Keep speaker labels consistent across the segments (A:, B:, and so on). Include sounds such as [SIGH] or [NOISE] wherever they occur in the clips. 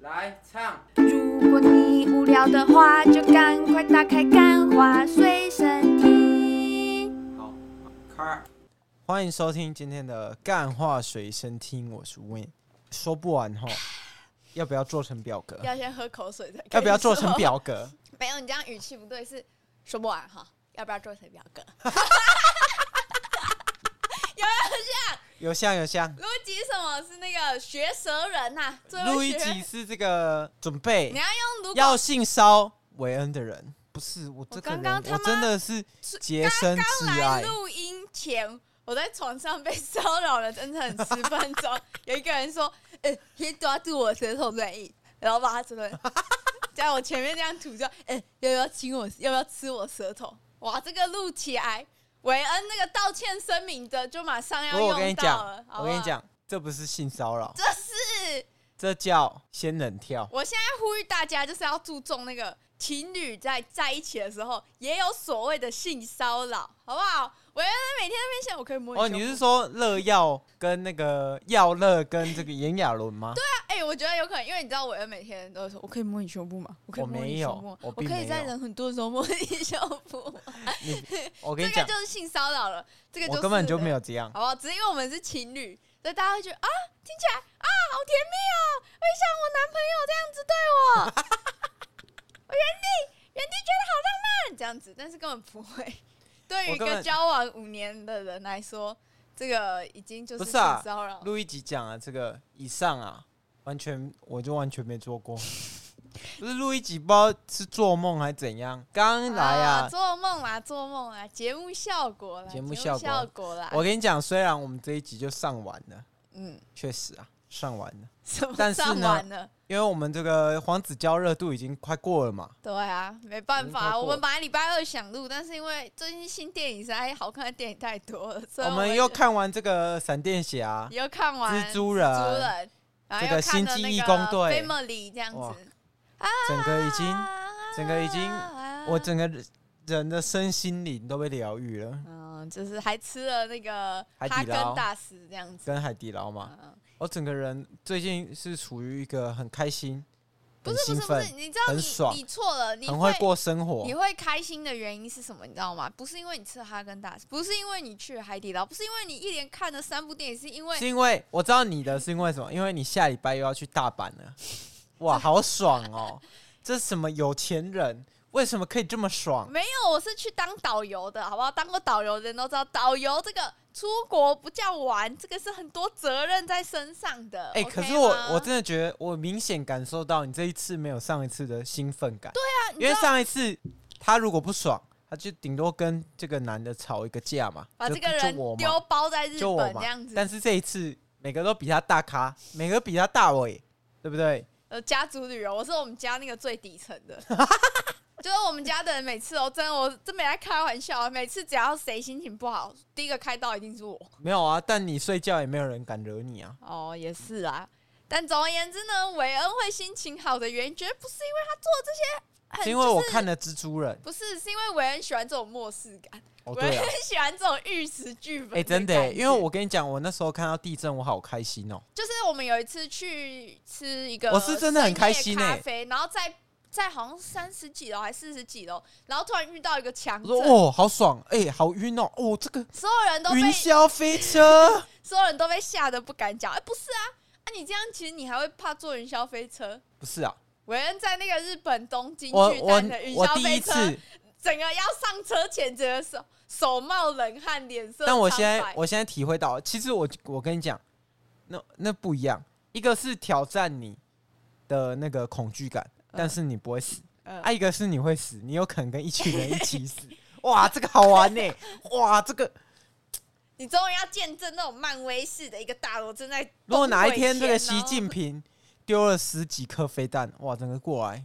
A: 来唱，
B: 如果你无聊的话，就赶快打开《干花随身听》。
A: 好，开。
C: 欢迎收听今天的干话随身听，我是 Win。说不完
D: [SIGHS]
C: 吼，要不要做成表 [LAUGHS] 格？
D: 要先喝口水再。
C: 要不要做成？表格？
D: [LAUGHS] 没有，你这样语气不对，是说不完哈。要不要做成表格？
C: 有像有
D: [LAUGHS]
C: 像。
D: [LAUGHS] 录一集什么是那个学舌人呐、最会
C: 录一
D: 学
C: 集是这个准备
D: 你要用如
C: 要
D: 果
C: 性骚韦恩的人，不是我这个人，
D: 刚刚他
C: 我
D: 妈
C: 真的是
D: 是
C: 洁身自
D: 来
C: 爱。
D: 录音前，我在床上被骚扰了整整十分
C: [LAUGHS]
D: 钟，有一个人说：“呃、先抓住我舌头软硬，然后把他舌头在我前面这样吐掉，哎、要不要亲我？要不要吃我舌头？”哇，这个录起来，韦恩那个道歉声明的就马上
C: 不
D: 要
C: 过我跟
D: 用
C: 你
D: 到
C: 讲
D: 了，，好
C: 我
D: 不
C: 跟你
D: 好，
C: 讲，这不是性骚扰，
D: 这是。
C: 这叫仙人跳。
D: 我现在呼吁大家，就是要注重那个情侣在在一起的时候，也有所谓的性骚扰，好不好？我原来每天在那边想，我可以摸你
C: 哦，
D: 胸
C: 你是
D: 部
C: 说乐耀跟那个耀乐跟这个炎亚纶吗？
D: 哎、我觉得有可能，因为你知道，我原来每天都会说，我可以摸你胸部吗？我可以
C: 我
D: 摸
C: 没
D: 你
C: 有
D: 胸部吗，
C: 我
D: 我
C: 并
D: 可
C: 没
D: 以在
C: 有
D: 人很多的时候摸你胸部吗，
C: 你我跟
D: 这
C: 你
D: 个
C: 讲，
D: 就是性骚扰了，这个就
C: 我
D: 是
C: 根本就
D: 了
C: 没有这样。
D: 好不好？只是因为我们是情侣，所以大家会觉得啊，听起来啊，好甜蜜哦！我也想我男朋友这样子对我， [LAUGHS] 我原地原地觉得好浪漫这样子，但是根本不会。对于
C: 我
D: 一
C: 根
D: 个
C: 本
D: 交往五年的人来说，这个已经就是
C: 不
D: 性
C: 是啊
D: 骚扰。
C: 录一集讲啊，这个以上啊，完全我就完全没做
D: [LAUGHS]
C: 过。不是录一集，不知道是做梦还是怎样。刚来啊，
D: 哦做梦啦，做梦啦，节目效果啦，
C: 节
D: 节
C: 目
D: 目
C: 效果
D: 效果啦。
C: 我跟你讲，虽然我们这一集就上完了，
D: 嗯， [LAUGHS]
C: 确实啊，上完了，
D: 什
C: [LAUGHS] 但
D: 么
C: 是
D: 上
C: 呢
D: 完了？
C: 因为我们这个黄子佼热度已经快过了嘛。
D: 对啊，没办
C: 已经快
D: 法，
C: 过
D: 我们本来礼拜二想录，但是因为最近新电影实在好看的电影太多了，所以
C: 我们
D: 就
C: 又看完这个闪电侠、
D: 又看完
C: 蜘
D: 蛛
C: 蛛人，
D: 人，
C: 这
D: 然后
C: 个
D: 又看了
C: 星
D: 那
C: 际义
D: 个
C: 工队
D: Family 这样
C: 哇
D: 子，
C: 整个已经，
D: 啊
C: 整个已经我整个人的身心灵都被疗愈了，
D: 嗯，就是还吃了那个
C: 海
D: 哈
C: 底捞
D: 根达斯这样子，
C: 跟海底捞嘛。
D: 嗯
C: 我整个人最近是处于一个很开心、
D: 不
C: 很
D: 是
C: 兴
D: 不是不
C: 奋
D: 是，、你知道
C: 很爽
D: 你你错了，你
C: 很会过生
D: 你
C: 活。
D: 会开心的原因是什么？你知道吗？不是因为你吃了哈根达斯，不是因为你去了海底捞，不是因为你一连看了三部电影，是因为
C: 是因为我知道你的是因为什么？因为你下礼拜又要去大阪
D: [LAUGHS]
C: 了，哇，好爽哦！这是什么有钱人？为什么可以这么爽？
D: 没有，我是去当导游的，好不好？当过导游的人都知道，导游这个出国不叫玩，这个是很多责任在身上的。
C: 哎、
D: OK
C: 可是我
D: 吗
C: 我真的觉得我明显感受到你这一次没有上一次的兴奋感。
D: 那啊你
C: 因
D: 知
C: 为
D: 道
C: 上一次他如果不爽，他就顶多跟这个男的吵一个架嘛，
D: 把
C: 就
D: 这个
C: 就
D: 人
C: 我嘛，
D: 丢包在日
C: 就我
D: 本
C: 嘛
D: 这样子，
C: 但是这一次每个都比他大咖，每个比他大伟，对不对？
D: 呃，家族旅游，我是我们家那个最底层
C: [LAUGHS]
D: 的。就是我们家的人，每次哦，真的，我真没在开玩笑啊。每次只要谁心情不好，第一个开刀一定是我。
C: 没有啊，但你睡觉也没有人敢惹你啊。
D: 哦，也是啦。但总而言之呢，韦恩会心情好的原因，绝对不是因为他做这些很，
C: 是因为我
D: 就是
C: 看了蜘蛛人，
D: 不是，是因为韦恩喜欢这种漠视感，
C: 哦
D: [LAUGHS] 韦
C: 对
D: 恩
C: 啊，
D: 喜欢这种玉石俱焚。
C: 哎、真
D: [LAUGHS]
C: 的、
D: 的，
C: 因为我跟你讲，我那时候看到地震，我好开心哦、
D: 就是我们有一次去吃一个，
C: 我是真的很开心欸
D: 咖啡，然后在在好像三十几楼还四十几楼，然后突然遇到一个强
C: 我
D: 震
C: 说，哦，好爽，哎、好晕哦、哦，这个
D: 所有人都被
C: 云霄飞车，
D: 所有人都被吓得不敢讲。哎、不是啊，啊你这样其实你还会怕坐云霄飞车。
C: 不是啊，
D: 韦恩在那个日本东京
C: 我
D: 巨
C: 我
D: 蛋的云
C: 我
D: 霄
C: 第一
D: 飞车，
C: 次。
D: 整个要上车前，整个手手冒冷汗，脸色苍白。
C: 但我现在我现在体会到了，其实我我跟你讲，那那不一样，一个是挑战你的那个恐惧感，但是你不会死；，
D: 嗯
C: 啊，一个是你会死，你有可能跟一群人一起死。 [LAUGHS] 哇，这个好玩呢、哇，这个
D: 你终于要见证那种漫威式的一个大楼正在崩
C: 如果哪一
D: 溃
C: 天这
D: 前
C: 个
D: 哦
C: 习近平丢了十几颗飞弹，哇，整个过来，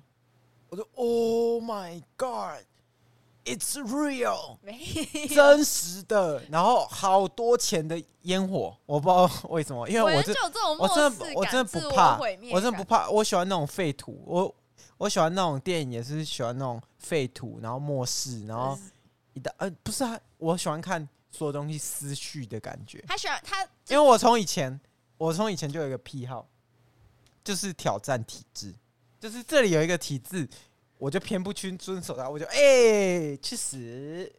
C: 我说 Oh my God，it's real。
D: 没
C: 真实的，然后好多钱的烟火，我不知道为什么，因为
D: 我
C: 我
D: 人
C: 这
D: 就有这种
C: 我
D: 漠
C: 真的
D: 视
C: 不
D: 感，
C: 我真的
D: 自
C: 不
D: 我
C: 怕
D: 毁，灭
C: 我真的不
D: 感。
C: 怕，我喜欢那种废土，我我喜欢那种电影也是喜欢那种废土，然后末世，然后一大呃不是啊，我喜欢看所有东西思绪的感觉，
D: 他喜欢他
C: 因为我从以前我从以前就有一个癖好，就是挑战体制，就是这里有一个体制，我就偏不去遵守它，我就哎、欸去死！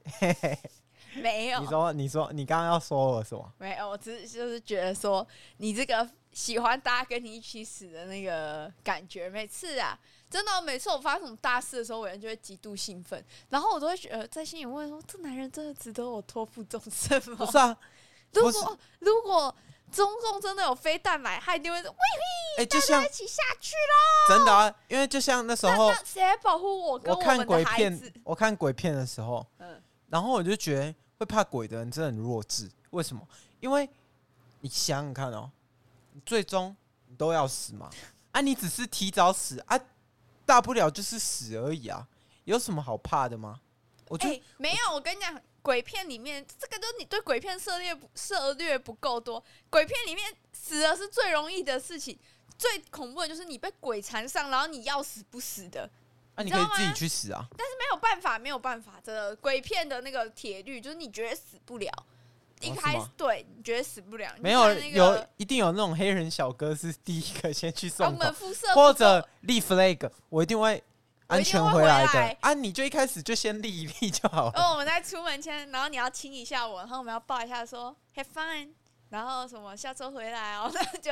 D: 没有
C: 你，说你说你刚刚要说我什么？
D: 没有，我只是就是觉得说，你这个喜欢大家跟你一起死的那个感觉，每次啊，真的哦、每次我发生什么大事的时候，我人就会极度兴奋，然后我都会觉得在心里问说，这男人真的值得我托付终身吗？
C: 不是啊，
D: 如
C: 不是
D: 果如果中共真的有飞弹来，他一定会说，喂，
C: 哎、就像
D: 一起下去
C: 真的啊，因为就像那时
D: 了，
C: 候
D: 那谁来保护我跟
C: 我
D: 们
C: 看
D: 的
C: 鬼
D: 孩子
C: 片？，我看鬼片的时候，
D: 嗯，
C: 然后我就觉得会怕鬼的人真的很弱智。为什么？因为你想想看哦，你最终你都要死嘛，啊，你只是提早死啊，大不了就是死而已啊，有什么好怕的吗？我
D: 哎、
C: 觉得、
D: 没有，我跟你讲，鬼片里面这个就是你对鬼片涉猎不涉略不够多。鬼片里面死了是最容易的事情，最恐怖的就是你被鬼缠上，然后你要死不死的，
C: 啊，你
D: 你知
C: 可以
D: 道吗
C: 自己去死啊，
D: 但是没有办法，没有办法。真的，鬼片的那个铁律就是你绝对死不了。一
C: 哦是
D: 开始、
C: 吗
D: 对，你绝对死不了。你
C: 没有
D: 看那个啊
C: 有一定有那种黑人小哥是第一个先去
D: 啊我
C: 送
D: 们
C: 的，
D: 辐射
C: 或
D: 不
C: 者
D: 够
C: 立 flag，我一定会
D: 我一
C: 安
D: 定
C: 全
D: 会回
C: 来
D: 来
C: 的啊，你就一开始就先立一立就好了。
D: 哦，我们在出门前，然后你要亲一下我，然后我们要抱一下说 have fun，然后什么下周回来哦，那 [LAUGHS] 就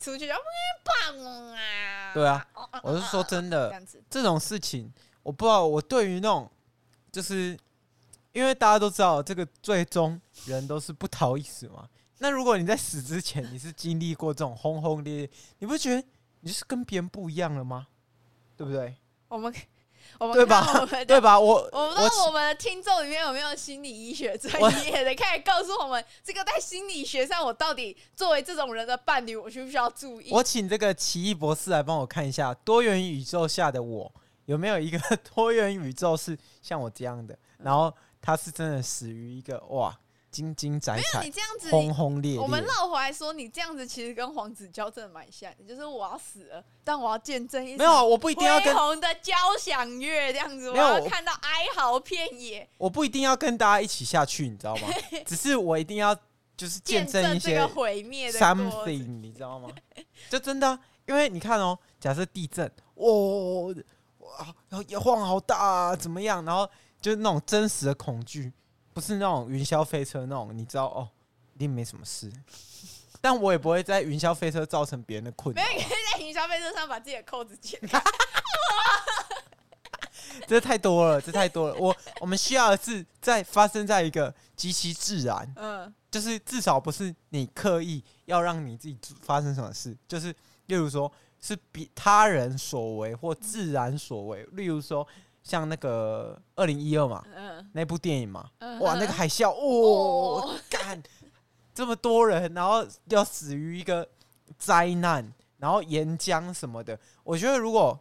D: 出去就嗯棒啊，
C: 对啊
D: 哦，哦
C: 我是说真
D: 这
C: 的，
D: 样子，
C: 这种事情，我不知道。我对于那种，就是因为大家都知道，这个最终人都是不逃一死嘛。那如果你在死之前，你是经历过这种轰轰烈烈，你不觉得你就是跟别人不一样了吗？对不对？
D: 我们我们
C: 对
D: 看到我
C: 吧？[LAUGHS]
D: 们
C: 对
D: 的。
C: 吧？我
D: 我不知道我们的听众里面有没有心理医学专
C: 我
D: 业的， [LAUGHS] 可以告诉我们这个在心理学上，我到底作为这种人的伴侣，我需不需要注意？
C: 我请这个奇异博士来帮我看一下多元宇宙下的我有没有一个多元宇宙是像我这样的，然后他是真的死于一个哇金金窄
D: 那
C: 窄
D: 你、这样子，
C: 轰轰烈烈。
D: 我们绕回来说，你这样子其实跟黄子佼真的蛮像的，就是我要死了，但我要见证一
C: 没
D: 场
C: 有，啊我不一定要
D: 恢
C: 跟，
D: 宏的交响乐这样子，我
C: 没有
D: 要
C: 我
D: 看到哀嚎遍野，
C: 我不一定要跟大家一起下去，你知道吗？只是我一定要就是见证
D: 证
C: 一
D: 这
C: 些
D: 个毁灭的过程
C: something，你知道吗？就真的啊、因为你看哦，假设地震，哦，哇，然后摇晃好大、啊，怎么样？然后就是那种真实的恐惧，不是那种云霄飞车那种，你知道哦，一定没什么事。但我也不会在云霄飞车造成别人的困
D: 没
C: 扰
D: 有，，你可以在营销费车上把自己的扣子解开。
C: 这太多了，这太多了。我我们需要的是在发生在一个极其自然，
D: 嗯，
C: 就是至少不是你刻意要让你自己发生什么事，就是例如说是比他人所为或自然所为，例如说像那个二零一二嘛
D: 嗯
C: 那部电影嘛，
D: 嗯，
C: 哇那个海啸，哦
D: 哦，
C: [LAUGHS] 干、这么多人，然后要死于一个灾难，然后岩浆什么的，我觉得如果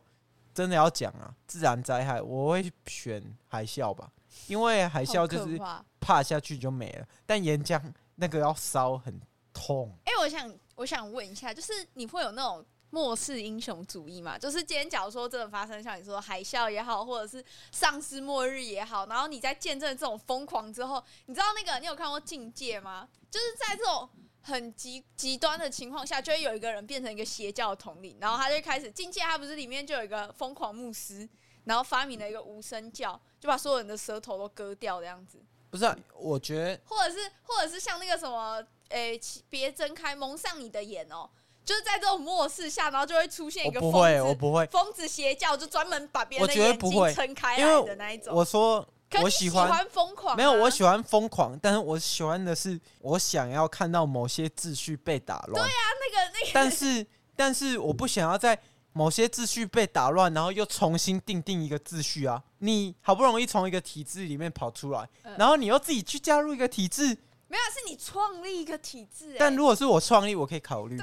C: 真的要讲啊，自然灾害我会选海啸吧，因为海
D: 海
C: 啸就是怕下去就没了。但岩浆那个要烧很痛，
D: 哎、我想我想问一下，就是你会有那种末世英雄主义嘛？就是今天假如说真的发生像你说海啸也好，或者是丧尸末日也好，然后你在见证这种疯狂之后，你知道那个你有看过《境界》吗？就是在这种。很极极端的情况下，就会有一个人变成一个邪教的统领，然后他就开始境界。他不是里面就有一个疯狂牧师，然后发明了一个无声教，就把所有人的舌头都割掉这样子。
C: 不是啊、我觉得
D: 或者是或者是像那个什么，诶、起别睁开，蒙上你的眼哦，就是在这种末世下，然后就会出现一
C: 我
D: 个
C: 不
D: 疯
C: 会，我
D: 子，
C: 不会。
D: 疯子邪教就专门把别人的
C: 我绝对
D: 眼
C: 不
D: 睛
C: 会
D: 撑开
C: 因为
D: 来的那一种。
C: 我说
D: 可是
C: 我
D: 你喜啊
C: 欢，
D: 疯狂、
C: 没有我，喜欢疯狂，但是我喜欢的是我想要看到某些秩序被打乱。对呀、
D: 啊那个那
C: [LAUGHS]
D: 个
C: 但是但是我不想要在。某些秩序被打乱，然后又重新定定一个秩序啊！你好不容易从一个体制里面跑出来，
D: 嗯
C: 然后你又自己去加入一个体制，
D: 没有是你创立一个体制、欸，
C: 但如果是我创立，我可以考虑，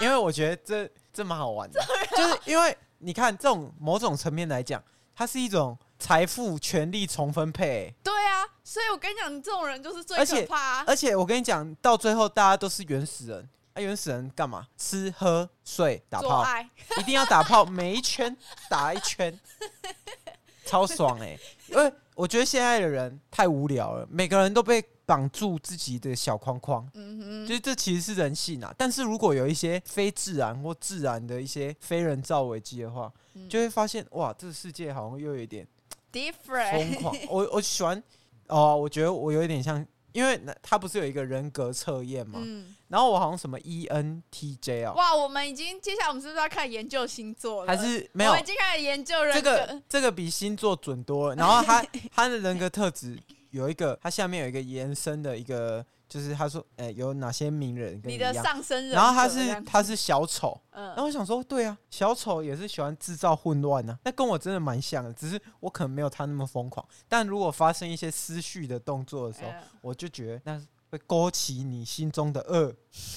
C: 因为我觉得这这蛮好
D: [LAUGHS]
C: 玩的，
D: 啊
C: 就是因为你看这种某种层面来讲，它是一种财富、权力重分配、
D: 对啊，所以我跟你讲，你这种人就是最
C: 而
D: 可
C: 且
D: 怕、啊。
C: 而且我跟你讲，到最后大家都是原始人，啊，原始人干嘛？吃、喝、睡、打
D: 做
C: 炮，
D: 爱， [LAUGHS]
C: 一定要打炮，每一圈打一圈，超爽哎、因为我觉得现在的人太无聊了，每个人都被绑住自己的小框框，
D: 嗯
C: 就
D: 哼，
C: 是这其实是人性啊。但是如果有一些非自然或自然的一些非人造危机的话，
D: 嗯
C: 就会发现哇，这个世界好像又有一点疯
D: different， [LAUGHS]
C: 狂。我我喜欢哦，我觉得我有一点像，因为那他不是有一个人格测验嘛，
D: 嗯，
C: 然后我好像什么 E ENTJ 哦，
D: 哇，我们已经接下来我们是不是要开始研究星座了？
C: 还是没有
D: 我们已经开始研究人
C: 这
D: 格
C: 个这个比星座准多了。然后
D: [LAUGHS]
C: 他他的人格特质有一个，他下面有一个延伸的一个，就是他说，呃，有哪些名人跟
D: 你
C: 一
D: 的
C: 样？
D: 上升人格这
C: 然后
D: 样，
C: 他是他是小丑，然后
D: 嗯，
C: 我想说，对啊，小丑也是喜欢制造混乱呢、那跟我真的蛮像的，只是我可能没有他那么疯狂。但如果发生一些思绪的动作的时候，
D: 嗯
C: 我就觉得那会勾起你心中的恶， [LAUGHS]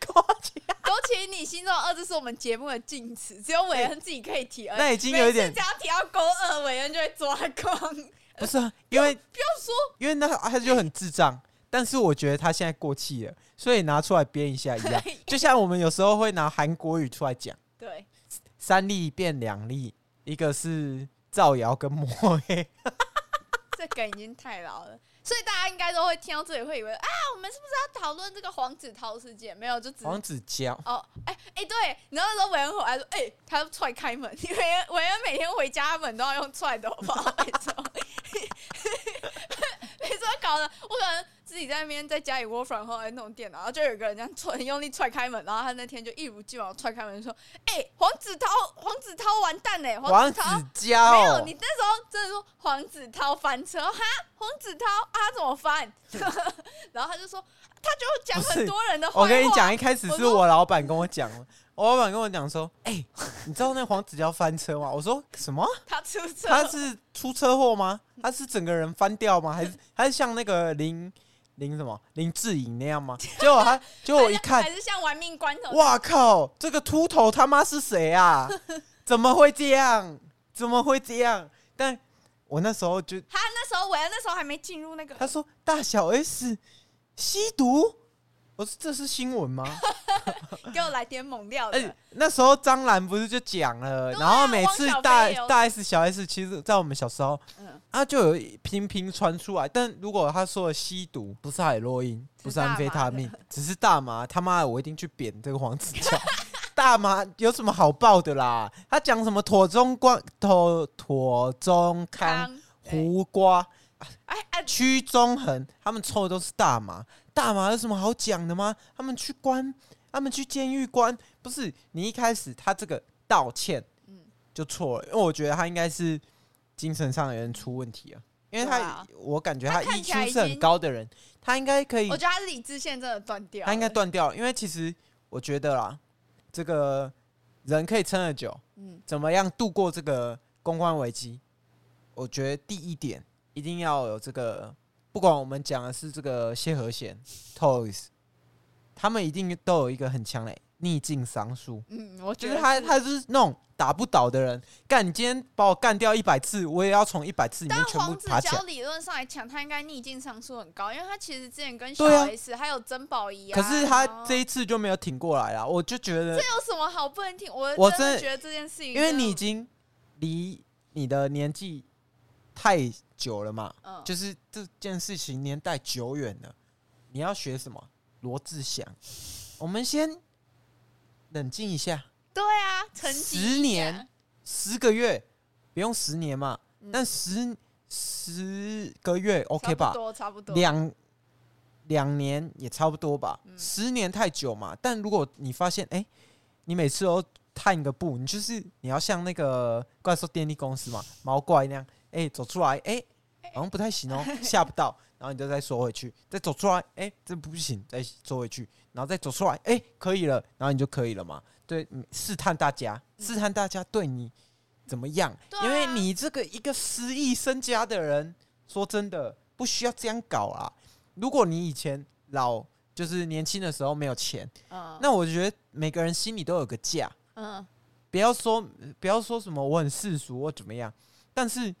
C: 勾起
D: 勾起你心中的恶，这是我们节目的禁词，只有韦恩自己可以提
C: [LAUGHS]
D: 而已。
C: 那已经有一点
D: 呃每次只要提到勾二，韦恩就会抓狂。
C: 不是啊，因为
D: 不要说
C: 因为那他就很智障，但是我觉得他现在过气了，所以拿出来编一下一
D: [LAUGHS]
C: 样
D: 可以，
C: 就像我们有时候会拿韩国语出来讲， [LAUGHS]
D: 对，
C: 三例变两例，一个是造谣跟抹
D: [LAUGHS]
C: 黑，
D: 这梗已经太老了，所以大家应该都会听到这里会以为啊，我们是不是要讨论这个黄子韬事件？没有，就只是
C: 黄子佼，
D: 哦，哎、哎、对，然后那时候韦恩回来说，哎、他用踹开门，因为韦恩每天回家他门都要用踹的，我不知道为什 [LAUGHS] 么。每次搞得我可能自己在那边在家里 work from home 哎弄电脑，然后就有一个人这样踹，用力踹开门，然后他那天就一如既往地踹开门说：“哎、黄子韬，黄子韬完蛋哎、
C: 黄
D: 子
C: 子
D: 韬没
C: 佼
D: 有，，你那时候真的说黄子韬翻车哈，黄子韬啊他怎么翻？ [LAUGHS] 然后他就说他就讲
C: 不是
D: 很多人的坏话。
C: 哦我跟你讲，一开始
D: 我
C: 是
D: 说
C: 我老板跟我讲，我老板跟我讲说，哎、你知道那黄子佼翻车吗？我说什么？
D: 他出车
C: 他是出车祸吗？他是整个人翻掉吗？还是还是像那个林林什么林志颖那样吗？结果他结果我一看
D: 啊还，是像玩命关头。
C: 哇靠！这个秃头他妈是谁啊？怎么会这样？怎么会这样？但我那时候就
D: 他那时候，我那时候还没进入那个，
C: 他说大小 S 吸毒，我说这是新闻吗？
D: 给我来点猛料
C: 而
D: 的
C: 且。哎那时候张兰不是就讲了，
D: 对啊
C: 然后每次
D: 汪小
C: 大
D: 菲也有
C: 大 S 小 S，其实，在我们小时候，
D: 嗯，
C: 啊，就有频频传出来。但如果他说的吸毒不是海洛因，不是安非他命，只是大麻，他妈的，我一定去扁这个黄子佼。大麻有什么好报的啦？他讲什么妥中光、妥妥中康、
D: 康，
C: 胡瓜、
D: 哎哎，
C: 屈中恒，他们抽的都是大麻。大麻有什么好讲的吗？他们去关，他们去监狱关，不是你一开始他这个道歉，
D: 嗯
C: 就错了，因为我觉得他应该是精神上有人出问题啊，因为他，
D: 对啊
C: 我感觉
D: 他
C: 他
D: 看起来
C: EQ
D: 已
C: 是很
D: 经
C: 高的人，他应该可以
D: 我，觉得他理智线真的断掉了，
C: 他应该断掉了，因为其实我觉得啦，这个人可以撑得久，
D: 嗯，
C: 怎么样度过这个公关危机？我觉得第一点一定要有这个，不管我们讲的是这个谢和弦 Toys，他们一定都有一个很强的逆境商数。
D: 嗯，我
C: 就是
D: 觉得
C: 他，
D: 是
C: 他就是那种打不倒的人。干，你今天把我干掉一百次，我也要从一百次里面
D: 但
C: 全部
D: 黄子
C: 爬起
D: 佼
C: 来。
D: 理论上来讲，他应该逆境上诉很高，因为他其实之前跟小
C: 对啊
D: S 还有曾宝仪啊，
C: 可是他
D: 然后
C: 这一次就没有挺过来啊！我就觉得，
D: 这有什么好不能听？我
C: 我
D: 真
C: 真
D: 的
C: 的
D: 觉得这件事
C: 因
D: 情真的，
C: 为你已经离你的年纪太久了嘛，
D: 嗯
C: 就是这件事情年代久远了。你要学什么？罗志祥，我们先冷静一下，
D: 对啊，成绩
C: 十年，十个月，不用十年嘛，
D: 嗯
C: 但十十个月 OK
D: 差
C: 吧
D: 不？多差不多，
C: 两两年也差不多吧，
D: 嗯
C: 十年太久嘛。但如果你发现，哎、你每次都探个步，你就是你要像那个怪兽电力公司嘛，毛怪那样，哎、走出来，哎、好像不太行哦，
D: [LAUGHS]
C: 吓不到，然后你就再缩回去，再走出来，哎、这不行，再缩回去，然后再走出来，哎、可以了，然后你就可以了嘛。对，嗯试探大家，试探大家对你怎么样？
D: 嗯对啊
C: 因为你这个一个失意身家的人，说真的不需要这样搞啊。如果你以前老就是年轻的时候没有钱，
D: 嗯，
C: 那我觉得每个人心里都有个价。
D: 嗯
C: 不要说不要说什么我很世俗或怎么样，但是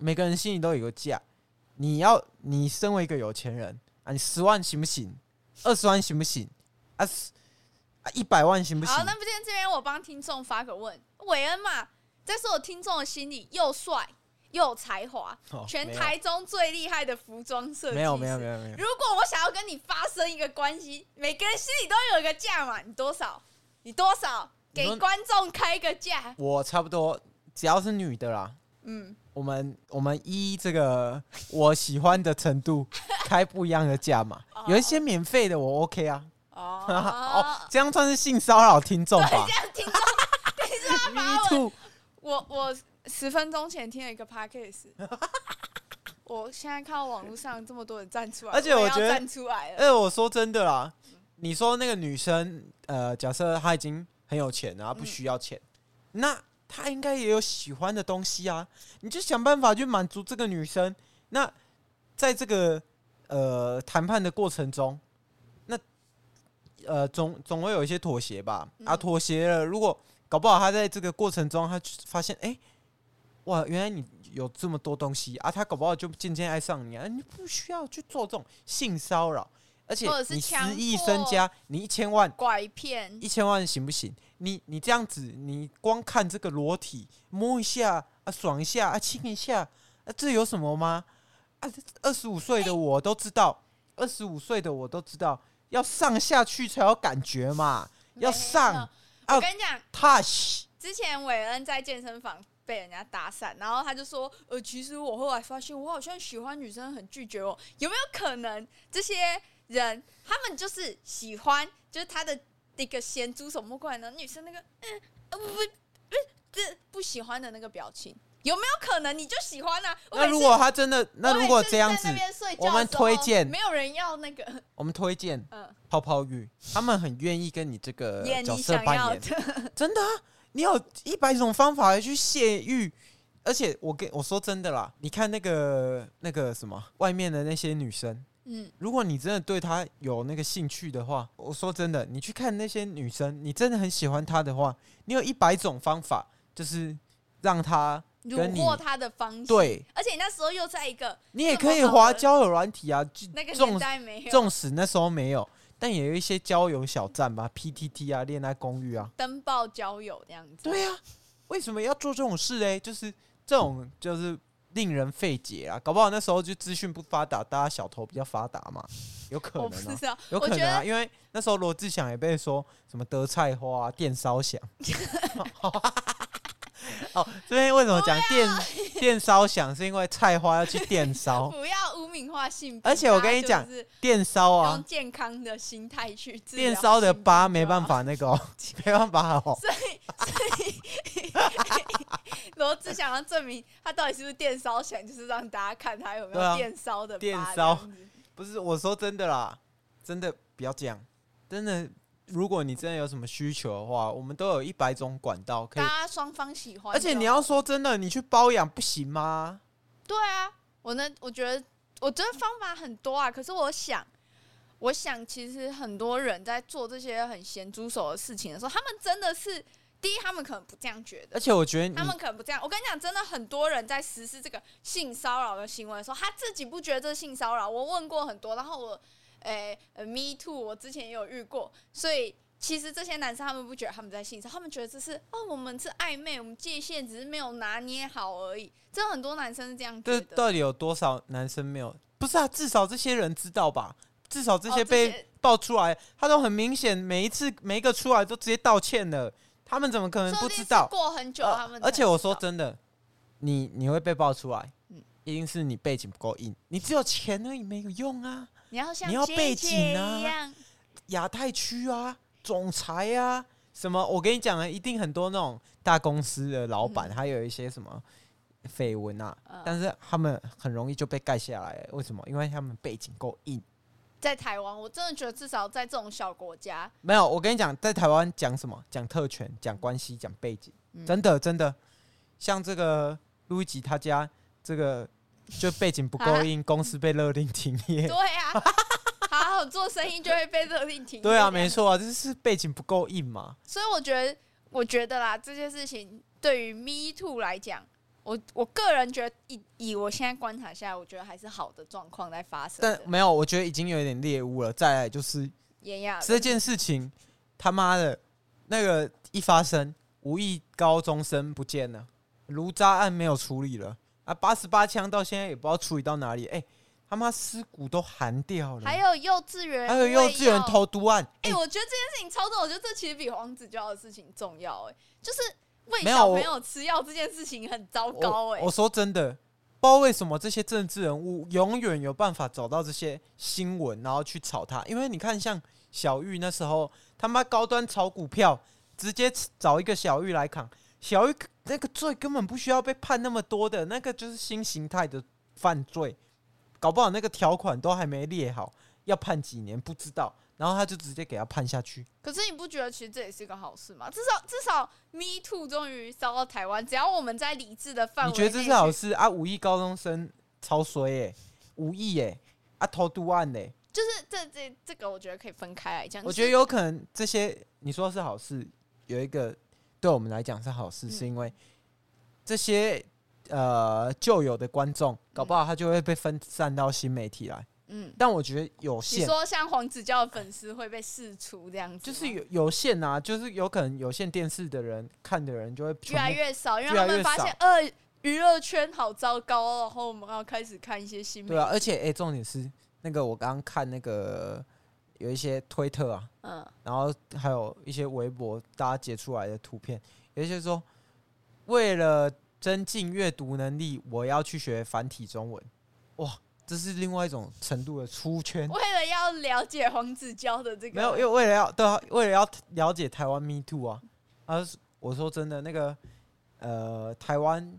C: 每个人心里都有个价。你要你身为一个有钱人啊，你十万行不行？二十万行不行？啊，十啊一百万行不行
D: 好，？那不见这边我帮听众发个问，韦恩嘛，在所有听众的心里，又帅又有才华，
C: 哦
D: 全
C: 没有
D: 台中最厉害的服装设计师。
C: 没有没有没有没有，
D: 如果我想要跟你发生一个关系，每个人心里都有一个价嘛，你多少？你多少？
C: 你说
D: 给观众开个价。
C: 我差不多只要是女的啦，
D: 嗯，
C: 我们我们依这个 [LAUGHS] 我喜欢的程
D: [LAUGHS]
C: 度开不一样的价嘛
D: 哦，
C: 有一些免费的我 OK 啊，
D: 哦
C: [LAUGHS]
D: [LAUGHS]
C: 哦，这样算是性骚扰听众
D: 对，
C: 吧
D: 这样听众，
C: ？Me too，
D: 我我十分钟前听了一个 podcast，我现在看到网络上这么多人站出来，
C: 而且我
D: 也要
C: 觉得
D: 站出来了，
C: 哎，我说真的啦，你说那个女生，呃，假设她已经很有钱了，她
D: 嗯
C: 不需要钱，那她应该也有喜欢的东西啊，你就想办法去满足这个女生。那在这个呃谈判的过程中，那呃总总会有一些妥协吧？啊，
D: 嗯
C: 妥协了，如果搞不好她在这个过程中，她就发现，哎、哇，原来你有这么多东西啊！她搞不好就渐渐爱上你啊！你不需要去做这种性骚扰，而且
D: 或者是
C: 你十
D: 强
C: 亿
D: 迫
C: 身家，你一千万
D: 拐骗
C: 一千万行不行？你你这样子，你光看这个裸体摸一下啊，爽一下啊，亲一下啊，这有什么吗？啊，二十五岁的我都知道，二十五岁的我都知道，要上下去才有感觉嘛，要上。
D: 没有
C: 啊
D: 我跟你讲，
C: touch。
D: 之前韦恩在健身房被人家搭讪，然后他就说：“呃，其实我后来发现，我好像喜欢女生很拒绝我，有没有可能这些人他们就是喜欢，就是他的那个咸猪手摸过来呢，女生那个嗯呃不不不这不喜欢的那个表情，有没有可能你就喜欢呢、啊？我
C: 那
D: 每
C: 如
D: 次
C: 果他真的，那如果
D: 我每次
C: 这样子
D: 在那，边睡觉
C: 我们
D: 的时候
C: 推荐
D: 没有人要那个
C: 我们推荐
D: 嗯
C: 泡泡浴，他们很愿意跟你这个
D: [LAUGHS] 演
C: 呃角
D: 你
C: 色
D: 想
C: 扮
D: 要
C: 演，
D: 的， [LAUGHS]
C: 真的、啊，你有一百种方法来去泄欲。而且我跟我说真的啦，你看那个那个什么外面的那些女生，
D: 嗯，
C: 如果你真的对她有那个兴趣的话，我说真的，你去看那些女生，你真的很喜欢她的话，你有一百种方法，就是让她
D: 虏
C: 跟你
D: 获他的方式。
C: 对
D: 而且那时候又在一个
C: 你也
D: 这么
C: 可以
D: 好
C: 滑
D: 的
C: 交友软体啊，就
D: 那个
C: 纵
D: 年代没有
C: 纵使那时候没有，但也有一些交友小站吧，PTT 啊，恋爱公寓啊。
D: 登报交友这样子。
C: 对啊，为什么要做这种事嘞？就是这种，就是令人费解啊。搞不好那时候就资讯不发达，大家小头比较发达嘛，有可
D: 哦我不
C: 能啊，
D: 知道，
C: 有
D: 我
C: 可
D: 觉
C: 能啊。
D: 得
C: 因为那时候罗志祥也被说什么德菜花、啊、电烧
D: [LAUGHS]
C: 响。 [LAUGHS] 哦，这边为什么讲电电烧响？是因为菜花要去电烧，
D: [LAUGHS] 不要污名化性
C: 哦
D: 别。
C: 而且我跟你
D: 大家
C: 讲
D: 就是
C: 电烧啊，
D: 用健康的心态去治疗
C: 电烧的
D: 性病
C: 疤
D: 就
C: 没办
D: 好。
C: 法那个、哦，没办法哦。 [LAUGHS]
D: 罗志祥要证明他到底是不是电烧想就是让大家看他有没
C: 对啊
D: 有电烧的疤
C: 电烧
D: 这样子
C: 不是，我说真的啦，真的不要这样。真的，如果你真的有什么需求的话，我们都有一百种管道可以
D: 大。家双方喜欢就好。
C: 而且你要说真的，你去包养不行吗？
D: 对啊，我呢，我觉得我觉得方法很多啊，可是我想。我想，其实很多人在做这些很咸猪手的事情的时候，他们真的是第一，他们可能不这样觉得，
C: 而且我觉得
D: 他
C: 你
D: 们可能不这样。我跟你讲，真的很多人在实施这个性骚扰的行为的时候，他自己不觉得这是性骚扰。我问过很多，然后我，诶、呃 m e too，我之前也有遇过，所以。其实这些男生他们不觉得他们在性骚扰，他们觉得这是哦，我们是暧昧，我们界限只是没有拿捏好而已。真的很多男生是这样觉
C: 这
D: 得。
C: 到底有多少男生没有？不是啊，至少这些人知道吧？至少这
D: 哦
C: 些
D: 这
C: 被
D: 些
C: 爆出来，他都很明显，每一次每一个出来都直接道歉了，他们怎么可能
D: 说
C: 不
D: 定
C: 知
D: 是
C: 道？
D: 过很久
C: 呃
D: 他们才知道、
C: 而且我说真的，你你会被爆出来，
D: 嗯
C: 一定是你背景不够硬，你只有钱而已没有用啊，
D: 你要像
C: 你要
D: JJ
C: 背景啊
D: 一样，
C: 亚太区啊，总裁啊，什么？我跟你讲啊，一定很多那种大公司的老板，
D: 嗯
C: 还有一些什么绯闻啊，
D: 嗯
C: 但是他们很容易就被盖下来，为什么？因为他们背景够硬。
D: 在台湾，我真的觉得至少在这种小国家，
C: 没有，我跟你讲，在台湾讲什么？讲特权，讲关系，讲背景，
D: 嗯
C: 真的真的，像这个路易吉他家这个就背景不
D: 啊
C: 够硬，公司被勒令停业
D: 对。啊，
C: [LAUGHS]
D: 好好做生意就会被勒令停。
C: 对啊，没。错啊，这是背景不够硬嘛。
D: 所以我觉得，我觉得啦，这件事情对于 Me Too 来讲，我我个人觉得以以我现在观察下来，我觉得还是好的状况在发生
C: 但
D: 的。
C: 没有，我觉得已经有点猎物了。再来就是
D: 炎亚纶
C: 这件事情，他妈的，那个一发生，无意高中生不见了，卢渣案没有处理了啊，八十八枪到现在也不知道处理到哪里。哎、他妈尸骨都含掉了，
D: 还有幼稚园，
C: 还有幼稚园。投毒案，
D: 哎、
C: 哎、
D: 我觉得这件事情超重要，我觉得这其实比黄子佼的事情重要、哎，就是喂
C: 没有
D: 小
C: 我
D: 朋友吃药这件事情很糟糕、
C: 我我
D: 哎，
C: 说真的，不知道为什么这些政治人物永远有办法找到这些新闻，然后去炒它。因为你看，像小玉那时候，他妈高端炒股票，直接找一个小玉来扛。小玉那个罪根本不需要被判那么多的，那个就是新形态的犯罪，搞不好那个条款都还没列好，要判几年不知道，然后他就直接给他判下去。
D: 可是你不觉得其实这也是个好事吗？至少至少 Me Too 终于烧到台湾，只要我们在理智的范围
C: 你
D: 内
C: 觉得
D: 去，
C: 这是好事啊？五亿高中生超衰耶、五亿耶、啊投毒案嘞、
D: 就是这这这个，我觉得可以分开啊来讲。
C: 我觉得有可能这些你说是好事，有一个对我们来讲是好事，
D: 嗯
C: 是因为这些呃旧有的观众，搞不好他就会被分散到新媒体来。
D: 嗯，
C: 但我觉得有
D: 你
C: 限，
D: 说像黄子佼的粉丝会被释出这样子
C: 就
D: 吗，
C: 是有有限啊，就是有可能有线电视的人看的人就会
D: 越来
C: 全部
D: 越少，因为
C: 越来
D: 他
C: 越
D: 们发
C: 少
D: 现呃娱乐圈好糟糕哦，然后我们要开始看一些新
C: 对
D: 闻。
C: 啊，而且哎、诶重点是那个我刚刚看那个有一些推特啊，
D: 嗯，
C: 然后还有一些微博大家截出来的图片，有一些说为了增进阅读能力，我要去学繁体中文。哇，这是另外一种程度的出圈。
D: [LAUGHS] 为了要了解黄子佼的这个，
C: 没有，因为为了要对、啊，为了要了解台湾 Me Too 啊，啊，我说真的，那个呃，台湾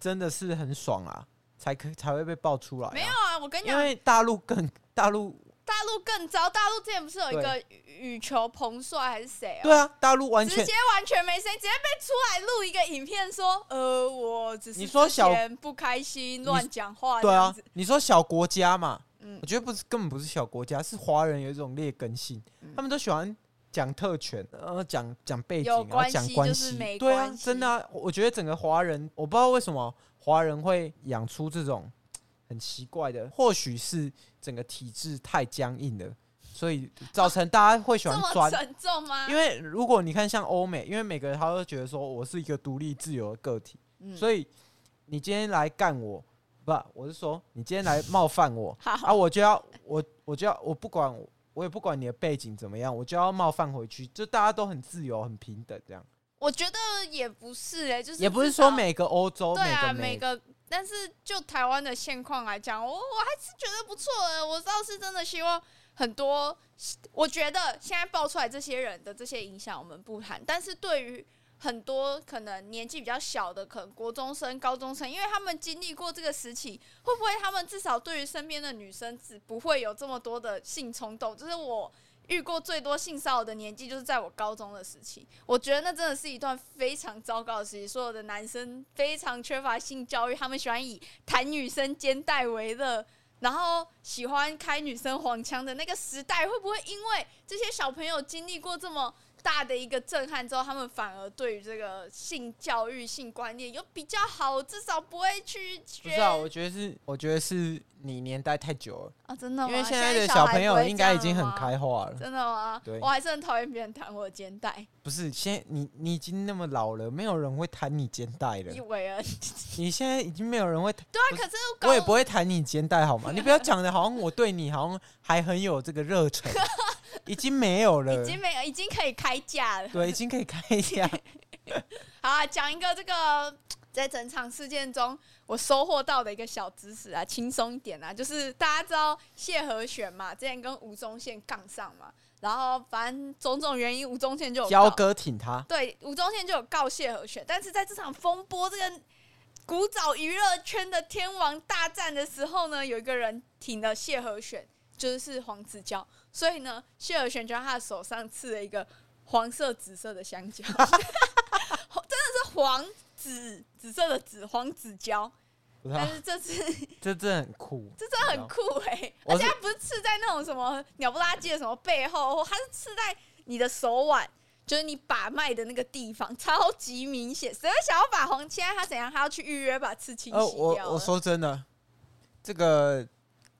C: 真的是很爽啊，才可才会被爆出来、啊。
D: 没有，啊，我跟你
C: 因
D: 讲，
C: 为大陆更大陆
D: 大陆更糟，大陆之前不是有一个羽羽球彭帅还是谁啊？
C: 对啊，大陆完
D: 直
C: 全
D: 接完全没声音，直接被出来录一个影片说，呃，我只是
C: 你说
D: 之
C: 小
D: 前不开心乱讲话，
C: 对啊，，你说小国家嘛，
D: 嗯
C: 我觉得不是，根本不是小国家，是华人有一种劣根性，
D: 嗯
C: 他们都喜欢讲特权，呃，讲讲背景，
D: 有
C: 然后
D: 关系
C: 讲关
D: 就是
C: 系
D: 没，
C: 对啊
D: 关，系
C: 真的、啊，我我觉得整个华人，我不知道为什么华人会养出这种很奇怪的，或许是整个体制太僵硬了，所以造成大家会啊喜
D: 这
C: 欢
D: 么啊
C: 钻。
D: 沉重吗？
C: 因为如果你看像欧美，因为每个人他都觉得说我是一个独立自由的个体，
D: 为以
C: 所以你今天来干我，不，我是说你今天来冒犯我
D: [LAUGHS] 好
C: 啊，我就要我我就要我不管我也不管你的背景怎么样，我就要冒犯回去，就大家都很自由很平等这样，
D: 我觉得也不是哎、就是
C: 也不是
D: 至少
C: 说每个欧洲
D: 对啊，
C: 每个美
D: 每个，但是就台湾的现况来讲，我我还是觉得不错的。我倒是真的希望很多，我觉得现在爆出来这些人的这些影响我们不谈，但是对于很多可能年纪比较小的，可能国中生、高中生，因为他们经历过这个时期，会不会他们至少对于身边的女生只不会有这么多的性冲动？就是我。遇过最多性骚扰的年纪就是在我高中的时期，我觉得那真的是一段非常糟糕的时期。所有的男生非常缺乏性教育，他们喜欢以谈女生肩带为乐，然后喜欢开女生黄腔的那个时代，会不会因为这些小朋友经历过这么大的一个震撼之后，他们反而对于这个性教育、性观念有比较好，至少不会去
C: 不
D: 学
C: 是啊，我觉得是我觉得是你年代太久了，
D: 啊真的吗？
C: 因为
D: 现
C: 在的
D: 小孩
C: 朋
D: 不
C: 友
D: 会
C: 应
D: 这
C: 该已
D: 样
C: 经很
D: 吗。
C: 开化了，
D: 真的吗
C: 对？
D: 我还是很讨厌别人弹我的肩
C: [LAUGHS]
D: 带，
C: 不是现在你你已经那么老了，没有人会弹你肩带了
D: 以，为啊，
C: 你现在已经没有人会弹。
D: 对啊，
C: 不
D: 可
C: 是
D: 是高
C: 我也不会弹你肩带好吗？你不要讲的好像我对你好像还很有这个热
D: [LAUGHS]
C: 忱，已经没有了，
D: 已经没有，已经可以开价了。
C: 对，已经可以
D: [LAUGHS]
C: 开一下。
D: 好啊，讲一个这个在整场事件中我收获到的一个小知识啊，轻松一点啊，就是大家知道谢和弦嘛，之前跟吴宗宪杠上嘛，然后反正种种原因，吴宗宪就有
C: 焦
D: 告
C: 哥挺他，
D: 对，吴宗宪就有告谢和弦，但是在这场风波这个古早娱乐圈的天王大战的时候呢，有一个人挺了谢和弦，就是是黄子佼，所以呢，谢和弦就在他的手上刺了一个黄色紫色的香蕉，真 [LAUGHS] 的是黄紫紫色的紫黄子佼，
C: 不知道
D: 但是这次
C: 这真的很酷，
D: 这真的很酷哎、
C: 我
D: 而
C: 是
D: 且它不是刺在那种什么鸟不拉几的什么背后，它是刺在你的手腕，就是你把脉的那个地方，超级明显。谁会想要把黄现在他怎样？他要去预约把刺清洗
C: 呃，
D: 掉
C: 我
D: 了
C: 我说真的，这个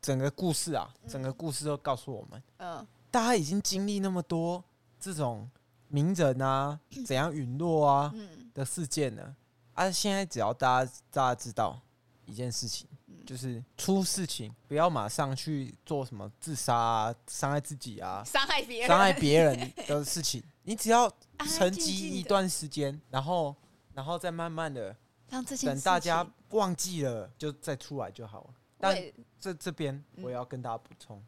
C: 整个故事啊，整个故事都告诉我们，
D: 嗯，
C: 大家已经经历那么
D: [COUGHS]
C: 多这种名人啊，怎样陨落啊
D: 嗯
C: 的事件呢，啊，现在只要大家大家知道一件事情，
D: 嗯
C: 就是出事情不要马上去做什么自杀、啊、伤害自己啊、
D: 伤害别人，
C: 伤害别人的事
D: [LAUGHS]
C: 情，你只要
D: 安安静
C: 沉
D: 静
C: 积一
D: 地
C: 段时间，然
D: 啊
C: 后然后再慢慢的
D: 让这些
C: 等大家忘记了，就再出来就好了。但这这边
D: 嗯
C: 我也要跟大家补充，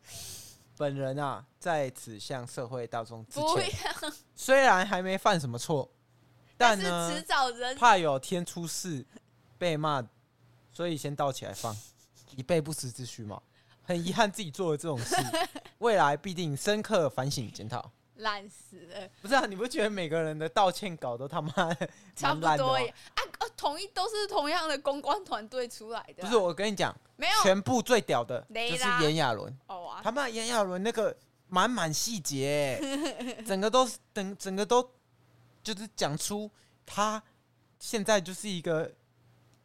C: 本人啊在此向社会大众致
D: 不要
C: 歉，，虽然还没犯什么错，但
D: 但
C: 呢
D: 是迟早人
C: 怕有天出事被骂，所以先倒起来放，以备不时之需嘛。很遗憾自己做了这种
D: [LAUGHS]
C: 事，未来必定深刻反省检讨。
D: 烂死了，
C: 不是啊，你不觉得每个人的道歉稿都他妈 [LAUGHS] 的哦
D: 差
C: 蛮
D: 不
C: 烂的哦
D: 多
C: 吗
D: 也？啊啊，同一都是同样的公关团队出来的啊，
C: 不是，我跟你讲，
D: 没有
C: 全部最屌的
D: 雷
C: 就是
D: 拉
C: 炎亚纶。
D: 哦啊，
C: 他妈炎亚纶那个满满细
D: [LAUGHS]
C: 节欸，整个都是整整个都就是讲出他现在就是一个，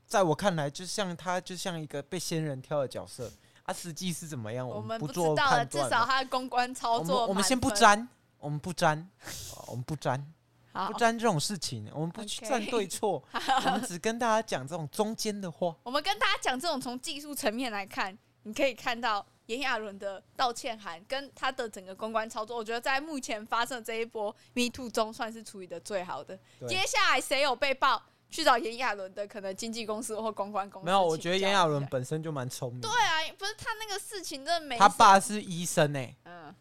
C: 在我看来，就像他就像一个被仙人挑的角色，啊，实际是怎么样，
D: 我
C: 们
D: 们不知
C: 做
D: 道了，
C: 判
D: 至
C: 断
D: 少
C: 嘛。
D: 他的公关操
C: 我们
D: 作，
C: 我们先不，沾，我们不沾，哦我们不沾，
D: [LAUGHS] 好
C: 不，沾这种事情，我们不去
D: OK
C: 站对
D: [LAUGHS]
C: 错，我们只跟大家讲这种中间的话。
D: 我们跟大家讲，这种从技术层面来看，你可以看到炎亚纶的道歉函跟他的整个公关操作，我觉得在目前发生的这一波 Me Too 中，算是处理的最好的。
C: 对
D: 接下来谁有被爆，去找炎亚纶的可能经纪公司或公关公司请教。
C: 没有，我觉得炎亚纶
D: 对
C: 本身就蛮聪明的，
D: 对啊，不是他那个事情真的没啊
C: 他
D: 什
C: 爸是医生哎、
D: 嗯，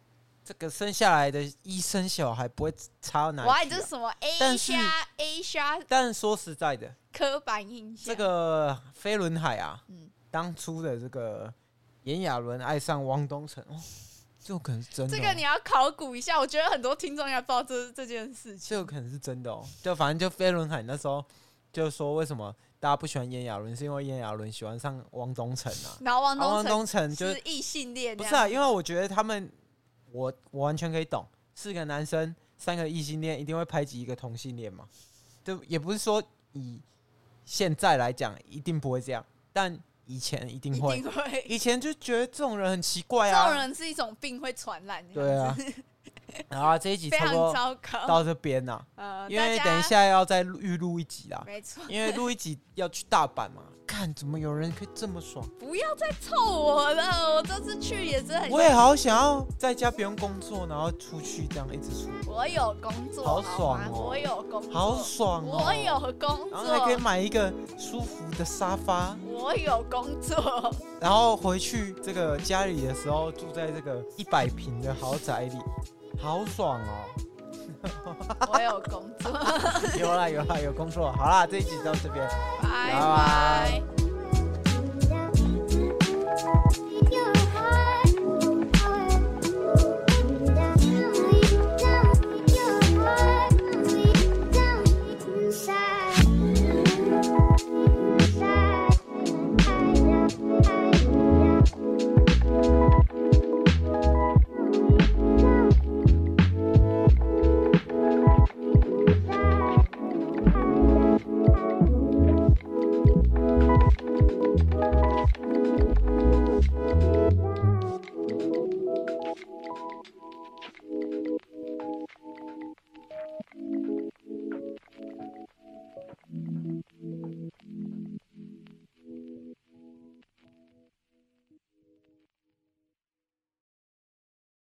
C: 这个生下来的医生小孩不会差到哪
D: 我爱
C: 里
D: 这
C: 去、
D: 是
C: 啊。
D: 什么 A
C: 但是
D: 虾 A 虾
C: 但说实在的，
D: 刻板印象，
C: 这个飞轮海啊，
D: 啊嗯
C: 当初的这个炎亚纶爱上汪东城，哦，这有可能是真的、
D: 这
C: 哦。
D: 个你要考古一下，我觉得很多听众应该不知道这这件事情。
C: 这有可能是真的哦。就反正就飞轮海那时候就说，为什么大家不喜欢炎亚纶，是因为炎亚纶喜欢上汪东城啊。
D: 然后汪
C: 啊汪
D: 东城
C: 东城就是
D: 异性恋这
C: 不
D: 样，
C: 是啊，因为我觉得他们，我我完全可以懂，四个男生，三个异性恋，一定会排挤一个同性恋嘛。就也不是说以现在来讲一定不会这样，但以前一定
D: 一
C: 会。啊 [LAUGHS]
D: 定会。
C: 以前就觉得这种人很奇怪
D: 这
C: 啊，
D: 种人是一种病，会传染。
C: 对啊。
D: [LAUGHS]
C: 然后这一集
D: 非
C: 差不
D: 常
C: 多
D: 糟糕。
C: 到这边啦、
D: 呃，
C: 因为
D: 大家
C: 等一，下要再录预录一集啦，
D: 没错，
C: 因为录一集要去大阪嘛。看怎么有人可以这么爽，
D: 不要再凑我了。我这次去也是很，
C: 我也好想要在家不用工作，然后出去这样一直出，
D: 我有工作，
C: 好
D: 吗
C: 爽哦
D: 我有工作，
C: 好爽哦！
D: 我有工
C: 然后还可以
D: 作，
C: 买一个舒服的沙发，
D: 我有
C: [LAUGHS]
D: 工作，
C: 然后回去这个家里的时候住在这个一百平的豪宅里，好爽哦！
D: 我有工
C: [LAUGHS]
D: 作，
C: 有啦有啦有工作，好啦，这一集到这边。
D: 拜
C: 拜
D: 拜。
B: Thank